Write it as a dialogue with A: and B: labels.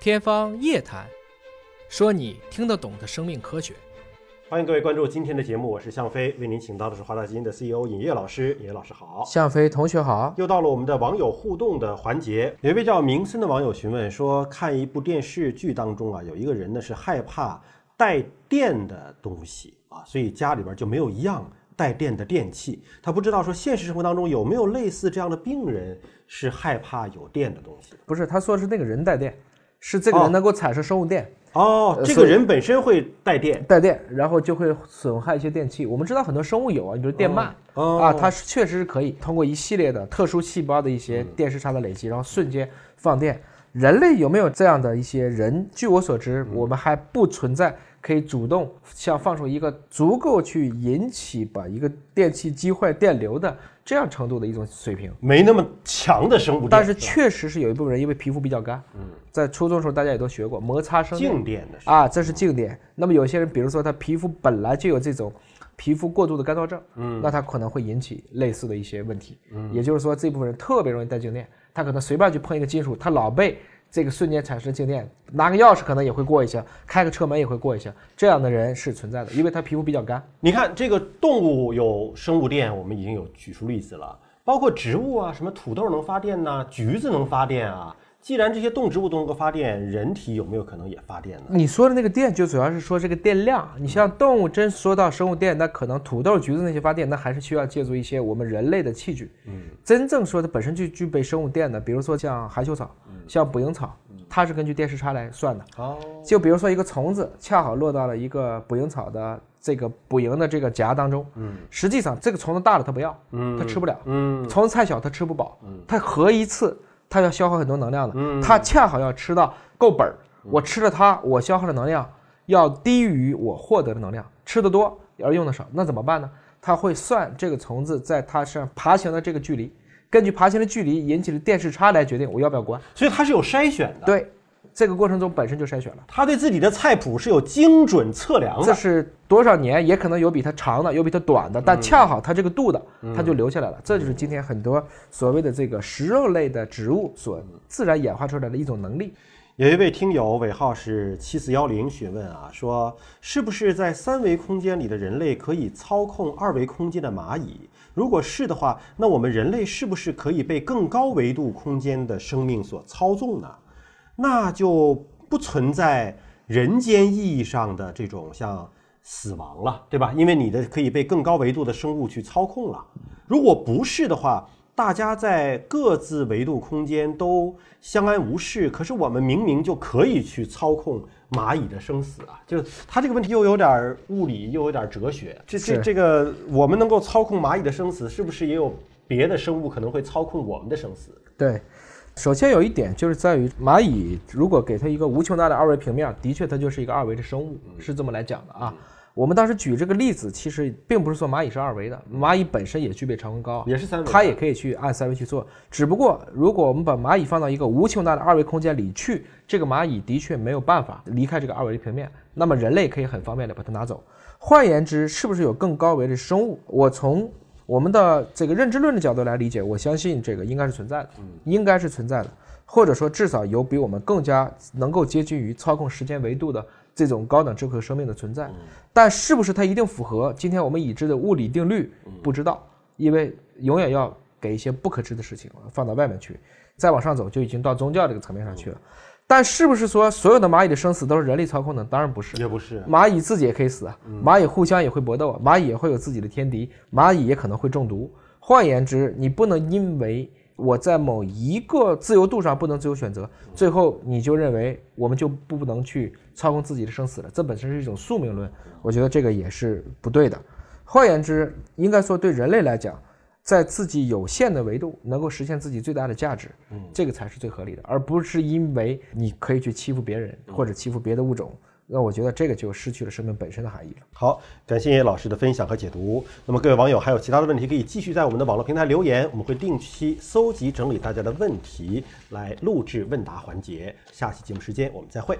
A: 天方夜谭，说你听得懂的生命科学。
B: 欢迎各位关注今天的节目，我是向飞，为您请到的是华大基因的 CEO 尹烨老师。尹烨老师好，
C: 向飞同学好，
B: 又到了我们的网友互动的环节。有一位叫明森的网友询问说，看一部电视剧当中啊，有一个人呢是害怕带电的东西啊，所以家里边就没有一样带电的电器。他不知道说现实生活当中有没有类似这样的病人是害怕有电的东西。
C: 不是他说是那个人带电，是这个
B: 哦
C: 人能够产生生物电，
B: 哦，
C: 呃
B: 这
C: 所
B: 个
C: 以
B: 人本身会带电
C: 带电，然后就会损害一些电器。我们知道很多生物有啊，你比如电鳗、
B: 哦
C: 啊，它是确实是可以通过一系列的特殊细胞的一些电视差的累积，然后瞬间放电。人类有没有这样的一些人？据我所知，我们还不存在可以主动像放出一个足够去引起把一个电器击坏电流的这样程度的一种水平。
B: 没那么强的生物电，
C: 但是确实是有一部分人因为皮肤比较干，在初中的时候大家也都学过摩擦生
B: 静电的是
C: 啊，这是静电。那么有些人，比如说他皮肤本来就有这种皮肤过度的干燥症，嗯，那他可能会引起类似的一些问题。嗯，也就是说这部分人特别容易带静电，他可能随便去碰一个金属，他老被这个瞬间产生静电，拿个钥匙可能也会过一下，开个车门也会过一下，这样的人是存在的，因为他皮肤比较干。
B: 你看，这个动物有生物电，我们已经有举出例子了，包括植物啊，什么土豆能发电呐、橘子能发电啊。既然这些动植物都能够发电，人体有没有可能也发电呢？
C: 你说的嗯那个电，就主要是说这个电量。你像动物，真说到生物电，那可能土豆、橘子那些发电，那还是需要借助一些我们人类的器具。嗯，真正说它本身就具备生物电的，比如说像含羞草、像捕蝇草，它是根据电视差来算的。
B: 哦，
C: 就比如说一个虫子恰好落到了一个捕蝇草的这个捕蝇的这个夹当中，嗯，实际上这个虫子大了它不要，嗯，它吃不了，
B: 嗯，
C: 虫子太小它吃不饱，它合一次它要消耗很多能量的，
B: 嗯
C: 它恰好要吃到够本儿，我吃了它，我消耗的能量要低于我获得的能量，吃的多而用的少，那怎么办呢？它会算这个虫子在它身上爬行的这个距离，根据爬行的距离引起的电视差来决定我要不要关。
B: 所以它是有筛选的，
C: 对，这个过程中本身就筛选了。
B: 它对自己的菜谱是有精准测量
C: 这
B: 的。
C: 是多少年，也可能有比它长的，有比它短的，
B: 嗯
C: 但恰好它这个度的，它就留下来了。这就是今天很多所谓的这个食肉类的植物所
B: 嗯
C: 自然演化出来的一种能力。
B: 有一位听友尾号是七四幺零询问啊，说是不是在三维空间里的人类可以操控二维空间的蚂蚁？如果是的话，那我们人类是不是可以被更高维度空间的生命所操纵呢？那就不存在人间意义上的这种像死亡了，对吧？因为你的可以被更高维度的生物去操控了。如果不是的话，大家在各自维度空间都相安无事，可是我们明明就可以去操控蚂蚁的生死啊！就是它这个问题又有点儿物理，又有点儿哲学。这这
C: 是
B: 这个，我们能够操控蚂蚁的生死，是不是也有别的生物可能会操控我们的生死？
C: 对，首先有一点就是在于蚂蚁，如果给它一个无穷大的二维平面，的确它就是一个二维的生物，
B: 嗯
C: 是这么来讲的啊。我们当时举这个例子，其实并不是说蚂蚁是二维的，蚂蚁本身也具备长温高，
B: 也是三维的
C: 它也可以去按三维去做。只不过如果我们把蚂蚁放到一个无穷大的二维空间里去，这个蚂蚁的确没有办法离开这个二维的平面，那么人类可以很方便的把它拿走。换言之，是不是有更高维的生物？我从我们的这个认知论的角度来理解，我相信这个应该是存在的，应该是存在的，或者说至少有比我们更加能够接近于操控时间维度的这种高等智慧生命的存在。但是不是它一定符合今天我们已知的物理定律？不知道，因为永远要给一些不可知的事情放到外面去，再往上走就已经到宗教这个层面上去了。但是不是说所有的蚂蚁的生死都是人类操控的？当然不是，
B: 也不是，
C: 蚂蚁自己也可以死啊，蚂蚁互相也会搏斗啊，蚂蚁也会有自己的天敌，蚂蚁也可能会中毒。换言之，你不能因为我在某一个自由度上不能自由选择，最后你就认为我们就不能去操控自己的生死了，这本身是一种宿命论，我觉得这个也是不对的。换言之，应该说对人类来讲，在自己有限的维度能够实现自己最大的价值，这个才是最合理的，而不是因为你可以去欺负别人或者欺负别的物种，那我觉得这个就失去了生命本身的含义了。
B: 好，感谢老师的分享和解读。那么各位网友还有其他的问题，可以继续在我们的网络平台留言，我们会定期搜集整理大家的问题，来录制问答环节。下期节目时间我们再会。